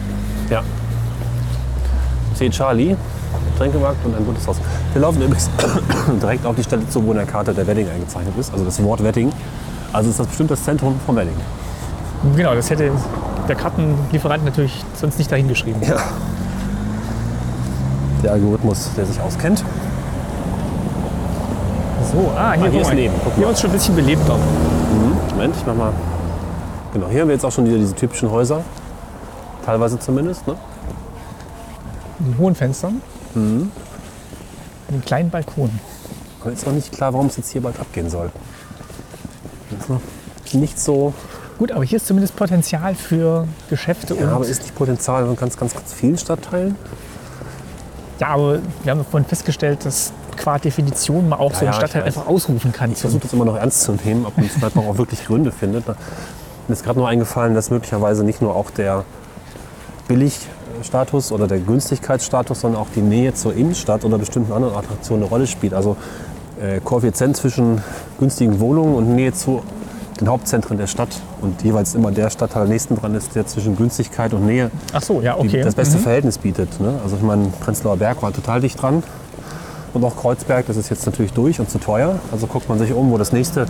Ja. C. Charlie, Getränkemarkt und ein buntes Haus. Wir laufen übrigens direkt auf die Stelle zu, wo in der Karte der Wedding eingezeichnet ist, also das Wort Wedding. Also ist das bestimmt das Zentrum von Wedding. Genau, das hätte der Kartenlieferant natürlich sonst nicht dahin geschrieben. Ja. Der Algorithmus, der sich auskennt. So, ah, hier, hier guck ist mal. Leben, guck Hier mal. ist schon ein bisschen belebter. Moment, ich mach mal. Genau, hier haben wir jetzt auch schon wieder diese typischen Häuser. Teilweise zumindest. Ne? Mit den hohen Fenstern. Mit den Mhm. kleinen Balkonen. Aber ist noch nicht klar, warum es jetzt hier bald abgehen soll. Das ist noch nicht so Gut, aber hier ist zumindest Potenzial für Geschäfte Ja, und. aber ist nicht Potenzial in ganz, ganz, ganz vielen Stadtteilen? ja, aber wir haben vorhin festgestellt, dass qua Definition mal auch so ja, einen ich Stadtteil weiß. einfach ausrufen kann. Ich versuche das immer noch ernst zu nehmen, ob man vielleicht noch auch wirklich Gründe findet. Mir ist gerade nur eingefallen, dass möglicherweise nicht nur auch der Billigstatus oder der Günstigkeitsstatus, sondern auch die Nähe zur Innenstadt oder bestimmten anderen Attraktionen eine Rolle spielt. Also äh, Koeffizient zwischen günstigen Wohnungen und Nähe zu den Hauptzentren der Stadt und jeweils immer der Stadtteil am nächsten dran ist, der zwischen Günstigkeit und Nähe Ach so, ja, die okay. das beste Mhm. Verhältnis bietet. Ne? Also ich meine, Prenzlauer Berg war total dicht dran. Und auch Kreuzberg, das ist jetzt natürlich durch und zu teuer. Also guckt man sich um, wo das nächste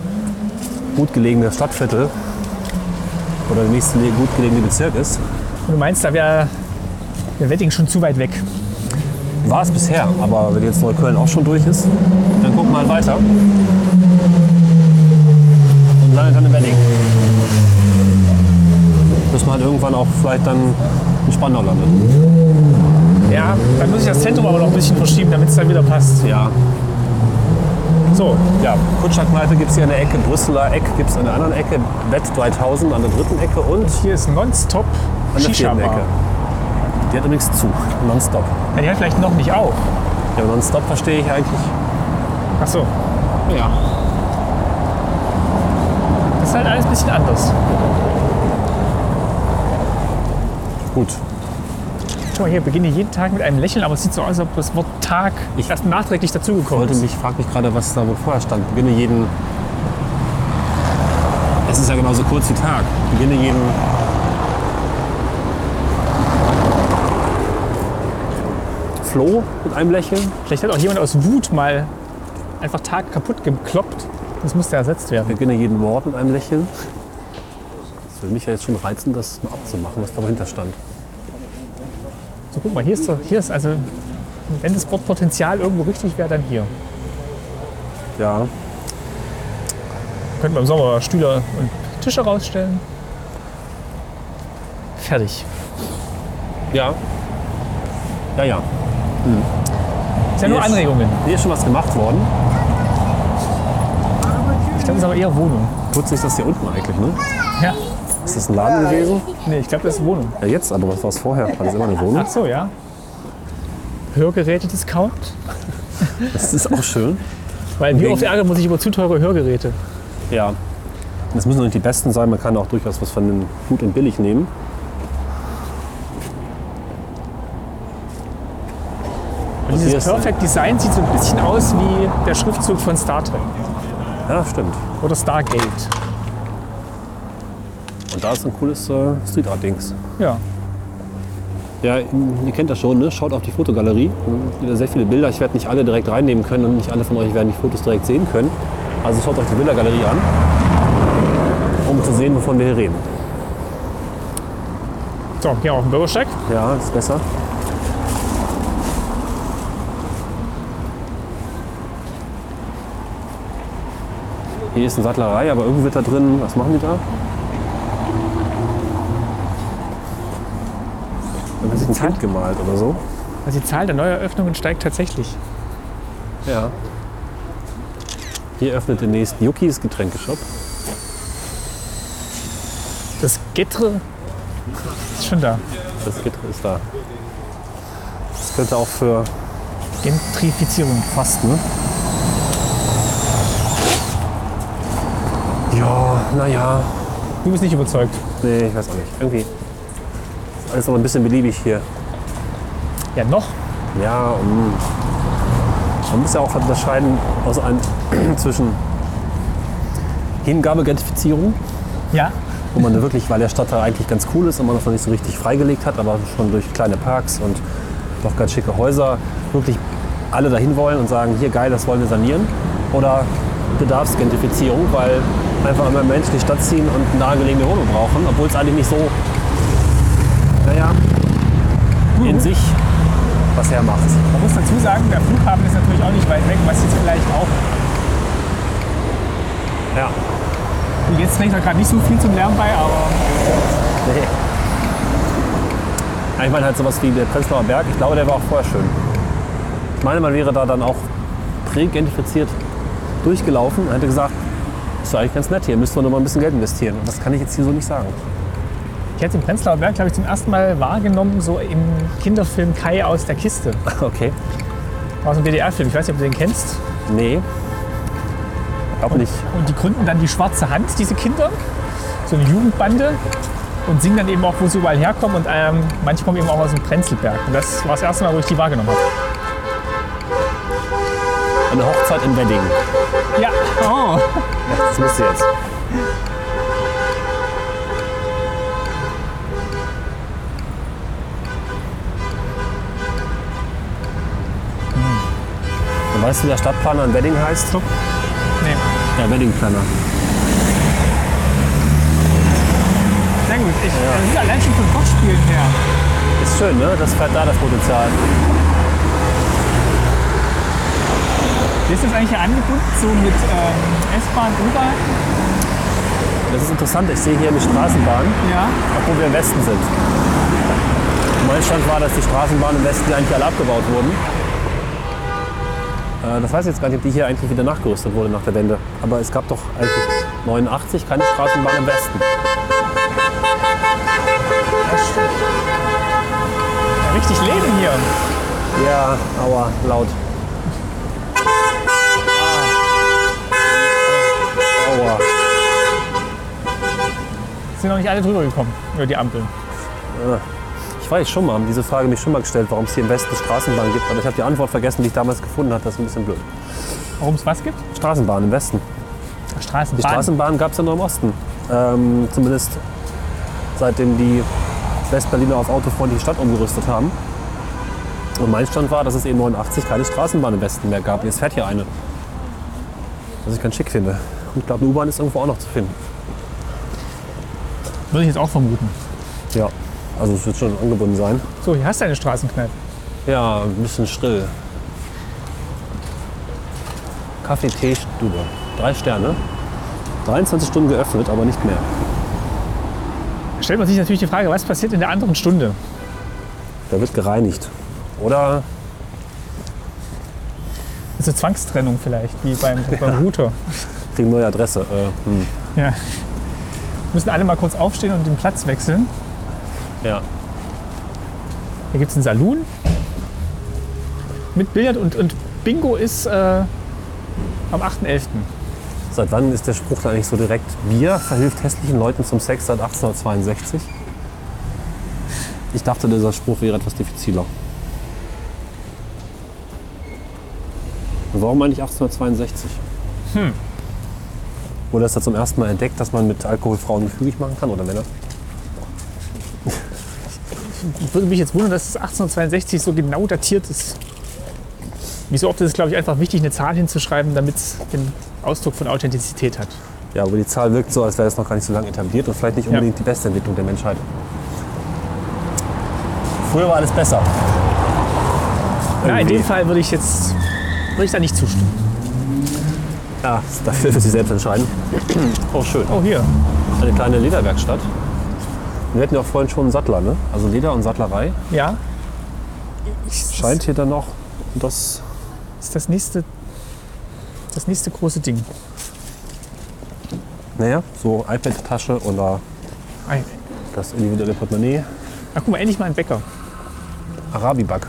gut gelegene Stadtviertel oder der nächste le- gut gelegene Bezirk ist. Und Du meinst, da wäre der Wedding schon zu weit weg. War es bisher, aber wenn jetzt Neukölln auch schon durch ist, dann guckt mal weiter. Und landet dann in Wedding. Bis man halt irgendwann auch vielleicht dann in Spandau landet. Ja, dann muss ich das Zentrum aber noch ein bisschen verschieben, damit es dann wieder passt. Ja, So, Ja, Kutscherkneipe gibt es hier an der Ecke, Brüsseler Eck gibt es an der anderen Ecke, Bett 3000 an der dritten Ecke und an hier ist nonstop der shisha vierten Ecke. bar Die hat übrigens zu, nonstop. ja, Die hat vielleicht noch nicht auf. Ja, nonstop verstehe ich eigentlich. Ach so, Ja. das ist halt alles ein bisschen anders. Gut. Schau mal hier, beginne jeden Tag mit einem Lächeln, aber es sieht so aus, als ob das Wort Tag Ich- erst nachträglich Ich dazugekommen wollte ist. mich, frag mich gerade, was da wohl vorher stand. Beginne jeden. Es ist ja genauso kurz wie Tag. Beginne jeden. Flo mit einem Lächeln. Vielleicht hat auch jemand aus Wut mal einfach Tag kaputt gekloppt. Das musste ersetzt werden. beginne jeden Wort mit einem Lächeln. Das würde mich ja jetzt schon reizen, das mal abzumachen, was da dahinter stand. So, guck mal, hier ist, doch- hier ist also, wenn das Wort Potenzial irgendwo richtig wäre, dann hier. Ja. Könnten wir im Sommer Stühle und Tische rausstellen. Fertig. Ja. Ja, ja. Ist ja nur Yes. Anregungen. Hier ist schon was gemacht worden. Ich glaube, das ist aber eher Wohnung. Putzig ist das hier unten eigentlich, ne? Ja. Ist das ein Laden gewesen? Nee, ich glaube, das ist Wohnung. Ja, jetzt, aber was war es vorher? War das immer eine Wohnung? Ach so, ja. Hörgeräte-Discount? Das ist auch schön. Weil wie Wegen- oft ärgert man sich über zu teure Hörgeräte? Ja. Das müssen doch nicht die besten sein, man kann auch durchaus was von dem gut und billig nehmen. Und hier dieses ist- Perfect Design sieht so ein bisschen aus wie der Schriftzug von Star Trek Ja, stimmt. oder Stargate. Und da ist ein cooles äh, Street Art Dings. Ja. Ja, ihr kennt das schon, ne? schaut auf die Fotogalerie. Es gibt da sehr viele Bilder. Ich werde nicht alle direkt reinnehmen können und nicht alle von euch werden die Fotos direkt sehen können. Also schaut euch die Bildergalerie an, um zu sehen, wovon wir hier reden. So, hier auch ein Bürgersteig. Ja, ist besser. Hier ist eine Sattlerei, aber irgendwie wird da drin, was machen die da? Da wird ein Kind gemalt oder so. Also die Zahl der Neueröffnungen steigt tatsächlich. Ja. Hier öffnet demnächst Yukis Getränkeshop. Das Getre ist schon da. Das Gitter ist da. Das könnte auch für Gentrifizierung. fast, ne? Ja, naja. Du bist nicht überzeugt. Nee, ich weiß auch nicht. Irgendwie. Ist alles noch ein bisschen beliebig hier. Ja, noch. Ja, mm. man muss ja auch unterscheiden aus einem zwischen Hingabe-Gentrifizierung Ja. wo man wirklich, weil der Stadtteil eigentlich ganz cool ist und man das noch nicht so richtig freigelegt hat, aber schon durch kleine Parks und doch ganz schicke Häuser wirklich alle dahin wollen und sagen, hier geil, das wollen wir sanieren. Oder Bedarfsgentrifizierung, weil einfach immer Menschen in die Stadt ziehen und nahegelegene Wohnung brauchen, obwohl es eigentlich nicht so, naja, in sich was hermacht. Man muss dazu sagen, der Flughafen ist natürlich auch nicht weit weg, was jetzt vielleicht auch. Ja. Und jetzt trägt er gerade nicht so viel zum Lärm bei, aber. Nee. Ja, Ich meine halt sowas wie der Prenzlauer Berg, ich glaube, der war auch vorher schön. Ich meine, man wäre da dann auch präidentifiziert durchgelaufen und hätte gesagt, ist doch eigentlich ganz nett hier, müssen wir nur mal ein bisschen Geld investieren. Und das kann ich jetzt hier so nicht sagen. Ich hatte den Prenzlauer Berg, glaube ich, zum ersten Mal wahrgenommen, so im Kinderfilm Kai aus der Kiste. Okay. Aus dem DDR-Film, ich weiß nicht, ob du den kennst. Nee. Glaub nicht. Und die gründen dann die Schwarze Hand, diese Kinder, so eine Jugendbande und singen dann eben auch, wo sie überall herkommen. Und ähm, manche kommen eben auch aus dem Prenzlberg. Und das war das erste Mal, wo ich die wahrgenommen habe. Eine Hochzeit im Wedding. Ja, oh. Das müsste jetzt. Und weißt du, wie der Stadtplaner in Wedding heißt? Nee. Der Weddingplaner. Sehr gut. Ich, äh, Das ist allein schon vom Kopfspielen her. Ist schön, ne? Das fährt da das Potenzial. Ist das eigentlich hier angebunden, so mit ähm, S-Bahn, U-Bahn? Das ist interessant. Ich sehe hier eine Straßenbahn, Ja. obwohl wir im Westen sind. Mein Stand war, dass die Straßenbahnen im Westen eigentlich alle abgebaut wurden. Äh, Das weiß ich jetzt gar nicht, ob die hier eigentlich wieder nachgerüstet wurde nach der Wende. Aber es gab doch eigentlich 89 keine Straßenbahn im Westen. Richtig Leben hier. Ja, aua, laut. Ah. Aua. Sind noch nicht alle drüber gekommen, über die Ampeln. Ich weiß schon mal, haben diese Frage mich schon mal gestellt, warum es hier im Westen Straßenbahnen gibt. Aber ich habe die Antwort vergessen, die ich damals gefunden habe. Das ist ein bisschen blöd. Warum es was gibt? Straßenbahn im Westen. Die Straßenbahn. Straßenbahn gab es ja nur im Osten. Ähm, zumindest seitdem die Westberliner auf autofreundliche Stadt umgerüstet haben. Und mein Stand war, dass es eben 89 keine Straßenbahn im Westen mehr gab. Jetzt fährt hier eine. Was ich ganz schick finde. Und ich glaube, eine U-Bahn ist irgendwo auch noch zu finden. Würde ich jetzt auch vermuten. Ja, also es wird schon angebunden sein. So, hier hast du eine Straßenkneipe. Ja, ein bisschen schrill. Kaffee, Tee, Stube. Drei Sterne. 23 Stunden geöffnet, aber nicht mehr. Stellt man sich natürlich die Frage, was passiert in der anderen Stunde? Da wird gereinigt. Oder Das ist eine Zwangstrennung vielleicht, wie beim, beim Router. kriegen neue Adresse. Äh, hm. Ja. Müssen alle mal kurz aufstehen und den Platz wechseln. Ja. Hier gibt es einen Saloon mit Billard und, und Bingo ist äh, am 8.11. Seit wann ist der Spruch da eigentlich so direkt? Bier verhilft hässlichen Leuten zum Sex seit 1862? Ich dachte, dieser Spruch wäre etwas diffiziler. Und Warum eigentlich 1862? Hm. Wurde das da zum ersten Mal entdeckt, dass man mit Alkohol Frauen fügig machen kann oder Männer? Ich würde mich jetzt wundern, dass es 1862 so genau datiert ist. Wie so oft ist es, glaube ich, einfach wichtig, eine Zahl hinzuschreiben, damit es den Ausdruck von Authentizität hat. Ja, aber die Zahl wirkt so, als wäre das noch gar nicht so lange etabliert und vielleicht nicht unbedingt die beste Entwicklung der Menschheit. Früher war alles besser. Na, in Irgendwie. dem Fall würde ich jetzt würde ich da nicht zustimmen. Ja, dafür für sich selbst entscheiden. Auch schön. Oh, hier. Eine kleine Lederwerkstatt. Wir hatten ja auch vorhin schon einen Sattler, ne? Also Leder und Sattlerei. Ja, Scheint hier dann noch das. ist das nächste, das nächste große Ding. Naja, so iPad-Tasche oder Ei. das individuelle Portemonnaie. Ach, guck mal, endlich mal ein Bäcker. Arabiback.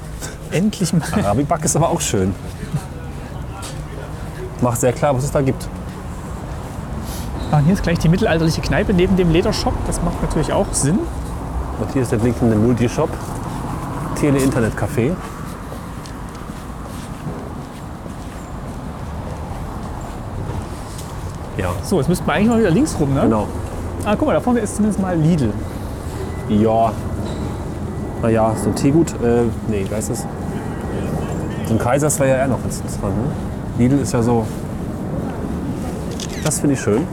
Endlich mal. Arabiback ist aber auch schön. Macht sehr klar, was es da gibt. Ah, hier ist gleich die mittelalterliche Kneipe neben dem Ledershop. Das macht natürlich auch Sinn. Und hier ist der blinkende Multishop. Tele-Internet-Café. Ja, So, jetzt müssten wir eigentlich mal wieder links rum, ne? genau. Ah, guck mal, da vorne ist zumindest mal Lidl. Ja. Naja, so ein Teegut, äh, nee, wie heißt es? So ein Kaisers wäre ja eher noch ganz interessant. Ne? Lidl ist ja so. Das finde ich schön.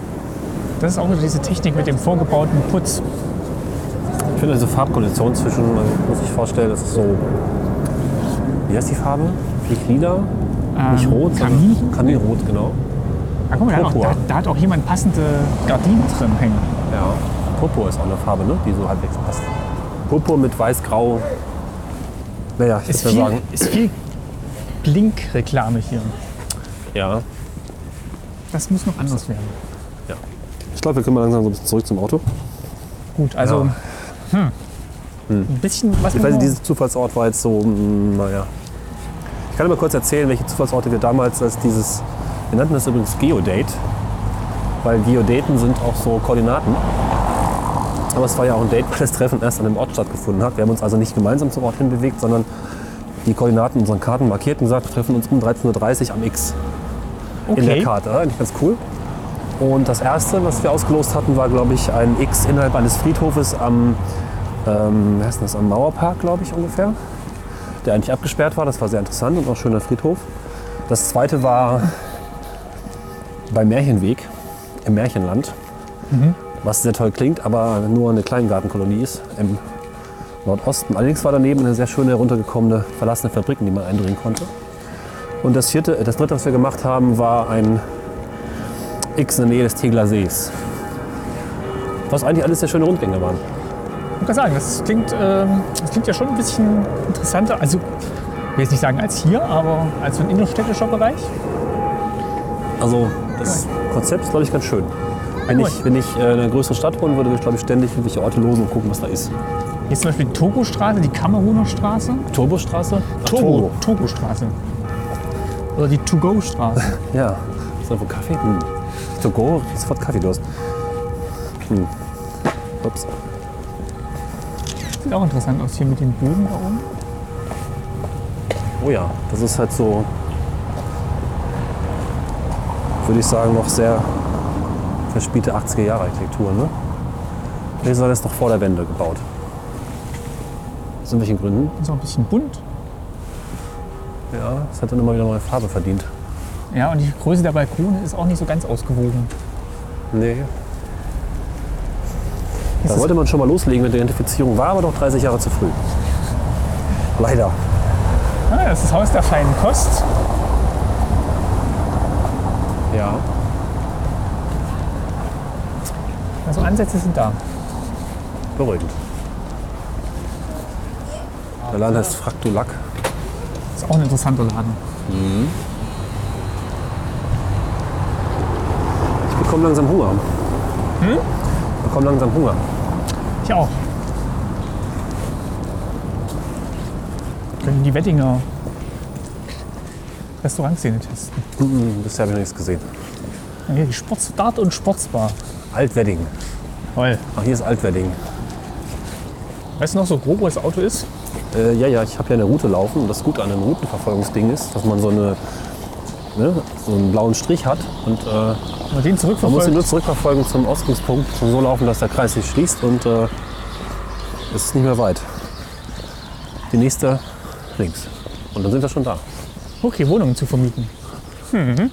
Das ist auch wieder diese Technik mit dem vorgebauten Putz. Ich finde diese Farbkoalition zwischen, man muss sich vorstellen, das ist so. Wie heißt die Farbe? Nicht lila, nicht rot, Ähm, Kamin? sondern Kaminrot, genau. Ah, guck mal, da hat, auch, Purpur. da, da hat auch jemand passende Gardinen drin hängen. Ja. Purpur ist auch eine Farbe, ne? die so halbwegs passt. Purpur mit weiß-grau. Naja, ich Ist würde viel, sagen. ist viel Blink-Reklame hier. Ja. Das muss noch anders werden. Ich glaube, wir können mal langsam so ein bisschen zurück zum Auto. Gut, also Ja. Hm, ein bisschen Ich was muss weiß man- nicht, dieser Zufallsort war jetzt so, mm, naja. Ich kann mal kurz erzählen, welche Zufallsorte wir damals als dieses, wir nannten das übrigens Geodate, weil Geodaten sind auch so Koordinaten. Aber es war ja auch ein Date, weil das Treffen erst an einem Ort stattgefunden hat. Wir haben uns also nicht gemeinsam zum Ort hinbewegt, sondern die Koordinaten in unseren Karten markiert und gesagt, wir treffen uns um 13.30 Uhr am X Okay. in der Karte. Eigentlich ganz cool. Und das erste, was wir ausgelost hatten, war, glaube ich, ein X innerhalb eines Friedhofes am, ähm, wie heißt denn das, am Mauerpark, glaube ich, ungefähr. Der eigentlich abgesperrt war. Das war sehr interessant und auch ein schöner Friedhof. Das zweite war beim Märchenweg im Märchenland. Was sehr toll klingt, aber nur eine Kleingartenkolonie ist im Nordosten. Allerdings war daneben eine sehr schöne heruntergekommene verlassene Fabrik, in die man eindringen konnte. Und das, vierte, äh, das dritte, was wir gemacht haben, war ein X in der Nähe des Tegler Sees. Was eigentlich alles sehr schöne Rundgänge waren. Ich muss sagen, das klingt, ähm, das klingt ja schon ein bisschen interessanter. Also, ich will jetzt nicht sagen als hier, aber als so ein innerstädtischer Bereich. Also das Konzept ist, glaube ich, ganz schön. Wenn gut. ich, wenn ich äh, in einer größeren Stadt wohnen würde, würde ich, glaube ich, ständig irgendwelche Orte losen und gucken, was da ist. Hier ist zum Beispiel die Togo-Straße, die Kameruner Straße. Turbostraße? Ach, Togo. Togo-Straße. Oder die To-Go-Straße. Ja. Ist da wohl Kaffee? Hm. To go, ich hab sofort Kaffeedurst. Hm. Ups. Sieht auch interessant aus hier mit den Bögen da oben. Oh ja, das ist halt so, würde ich sagen, noch sehr verspielte 80er Jahre Architektur. Ne? Vielleicht war das noch vor der Wende gebaut. Aus irgendwelchen Gründen. Ist auch ein bisschen bunt. Ja. Es hat dann immer wieder neue Farbe verdient. Ja, und die Größe der Balkone ist auch nicht so ganz ausgewogen. Nee. Ist Da das- wollte man schon mal loslegen mit der Identifizierung, war aber doch 30 Jahre zu früh. Leider. Ah, das ist das Haus der feinen Kost. Ja. Also Ansätze sind da. Beruhigend. Der Laden heißt Fraktulack. Ist auch ein interessanter Laden. Ich bekomme langsam Hunger. Hm? Ich bekomme langsam Hunger. Ich auch. Können die Wettinger Restaurantszene testen. Hm, Bisher habe ich noch nichts gesehen. Ja, Hier die Sports Dart und Sportsbar. Altwedding. Toll. Ach, hier ist Altwedding. Weißt du noch so grob, wo das Auto ist? Äh, ja, ja, ich habe ja eine Route laufen. Und das Gute an einem Routenverfolgungsding ist, dass man so, eine, ne, so einen blauen Strich hat. Und äh, man Wenn man den muss ihn zurückverfolgt, nur zurückverfolgen zum Ausgangspunkt. Schon so laufen, dass der Kreis sich schließt. Und äh, es ist nicht mehr weit. Die nächste links. Und dann sind wir schon da. okay, Wohnungen zu vermieten. Hm.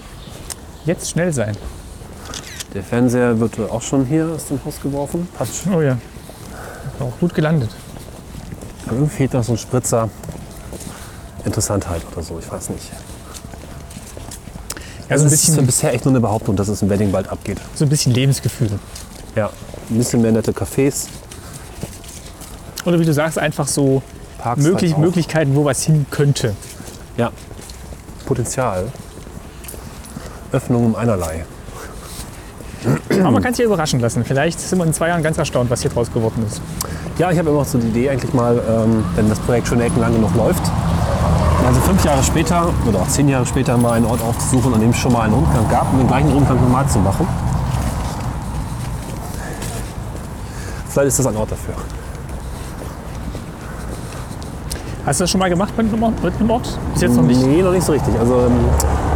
Jetzt schnell sein. Der Fernseher wird äh, auch schon hier aus dem Haus geworfen. Passt schon. Oh ja. War Auch gut gelandet. Aber Irgendwie fehlt noch so ein Spritzer. Interessantheit oder so, ich weiß nicht. Also Also ein es ist bisschen, bisher echt nur eine Behauptung, dass es im Wedding bald abgeht. so ein bisschen Lebensgefühl. Ja, ein bisschen mehr nette Cafés, Oder wie du sagst, einfach so Parks. möglich, halt auch. Möglichkeiten, wo was hin könnte. Ja. Potenzial. Öffnung um einerlei. Aber man kann sich ja überraschen lassen. Vielleicht sind wir in zwei Jahren ganz erstaunt, was hier draus geworden ist. Ja, ich habe immer noch so die Idee eigentlich mal, ähm, wenn das Projekt schon eckenlang genug läuft, also fünf Jahre später oder auch zehn Jahre später mal einen Ort aufzusuchen, an dem es schon mal einen Rundgang gab und den gleichen Rundgang normal zu machen. Vielleicht ist das ein Ort dafür. Hast du das schon mal gemacht mit einem Ort? Mit einem Ort? Bis jetzt noch nicht. Nee, noch nicht so richtig. Also ähm,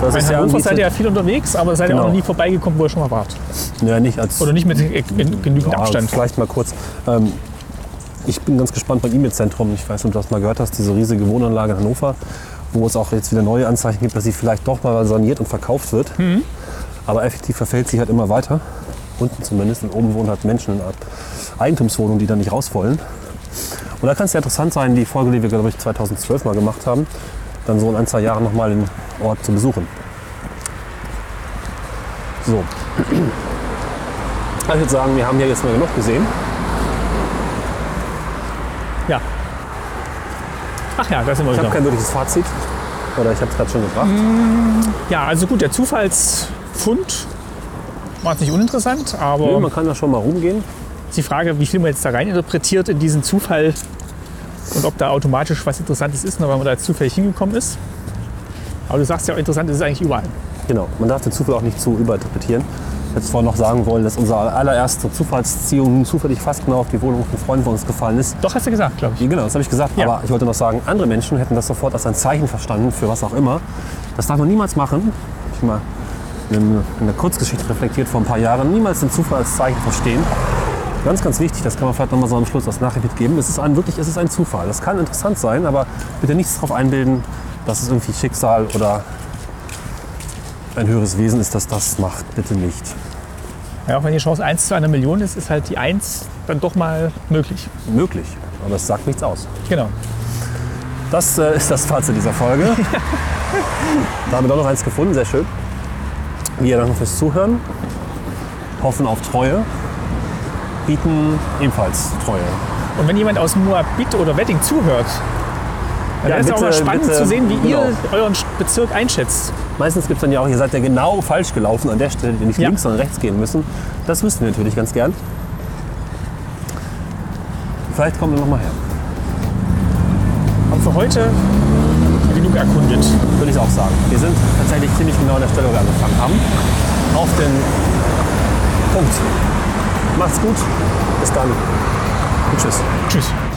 das In ist ja Hannover irgendwie- seid ihr ja viel unterwegs, aber seid ihr auch Genau. noch nie vorbeigekommen, wo ihr schon mal wart. ja, nicht als Oder nicht mit äh, gen- genügend Ja, Abstand. Vielleicht mal kurz. Ähm, ich bin ganz gespannt beim E-Mail-Zentrum. Ich weiß nicht, ob du das mal gehört hast, diese riesige Wohnanlage in Hannover, wo es auch jetzt wieder neue Anzeichen gibt, dass sie vielleicht doch mal saniert und verkauft wird. Mhm. Aber effektiv verfällt sie halt immer weiter. Unten zumindest und oben wohnen halt Menschen in einer Art Eigentumswohnung, die da nicht raus wollen. Und da kann es ja interessant sein, die Folge, die wir, glaube ich, 2012 mal gemacht haben, dann so in ein, zwei Jahren nochmal den Ort zu besuchen. So. Also ich würde sagen, wir haben hier jetzt mal genug gesehen. Ja. Ach ja, da sind wir Ich habe wieder. kein wirkliches Fazit. Oder ich habe es gerade schon gebracht. Ja, also gut, der Zufallsfund war jetzt nicht uninteressant, Nö, aber man kann da schon mal rumgehen. ist die Frage, wie viel man jetzt da rein interpretiert in diesen Zufall und ob da automatisch was Interessantes ist, nur weil man da jetzt zufällig hingekommen ist. Aber du sagst ja auch interessant, es ist eigentlich überall. Genau, man darf den Zufall auch nicht zu überinterpretieren. Ich hätte vorhin noch sagen wollen, dass unsere allererste Zufallsziehung nun zufällig fast genau auf die Wohnung von Freunden von uns gefallen ist. Doch, hast du gesagt, glaube ich. Ja, Genau, das habe ich gesagt. Ja. Aber ich wollte noch sagen, andere Menschen hätten das sofort als ein Zeichen verstanden, für was auch immer. Das darf man niemals machen. Ich mal in einer Kurzgeschichte reflektiert vor ein paar Jahren. Niemals den Zufall als Zeichen verstehen. Ganz, ganz wichtig, das kann man vielleicht nochmal so am Schluss als Nachricht mitgeben. Es ist ein, wirklich, es ist ein Zufall. Das kann interessant sein, aber bitte nichts darauf einbilden, dass es irgendwie Schicksal oder ein höheres Wesen ist, das das macht. Bitte nicht. Ja, auch wenn die Chance 1 zu einer Million ist, ist halt die 1 dann doch mal möglich. Möglich, aber es sagt nichts aus. Genau. Das äh, ist das Fazit dieser Folge. da haben wir doch noch eins gefunden, sehr schön. Wir danken fürs Zuhören, hoffen auf Treue, bieten ebenfalls Treue. Und wenn jemand aus Moabit oder Wedding zuhört, dann Ja, ist es auch bitte, mal spannend bitte, zu sehen, wie ihr genau. euren Bezirk einschätzt. Meistens gibt es dann ja auch, ihr seid ja genau falsch gelaufen an der Stelle, die nicht Ja. links, sondern rechts gehen müssen. Das wüssten wir natürlich ganz gern. Vielleicht kommen wir nochmal her, Haben für heute genug erkundet. würde ich auch sagen. Wir sind tatsächlich ziemlich genau an der Stelle, wo wir angefangen haben. Auf den Punkt. Macht's gut, bis dann und tschüss. Tschüss.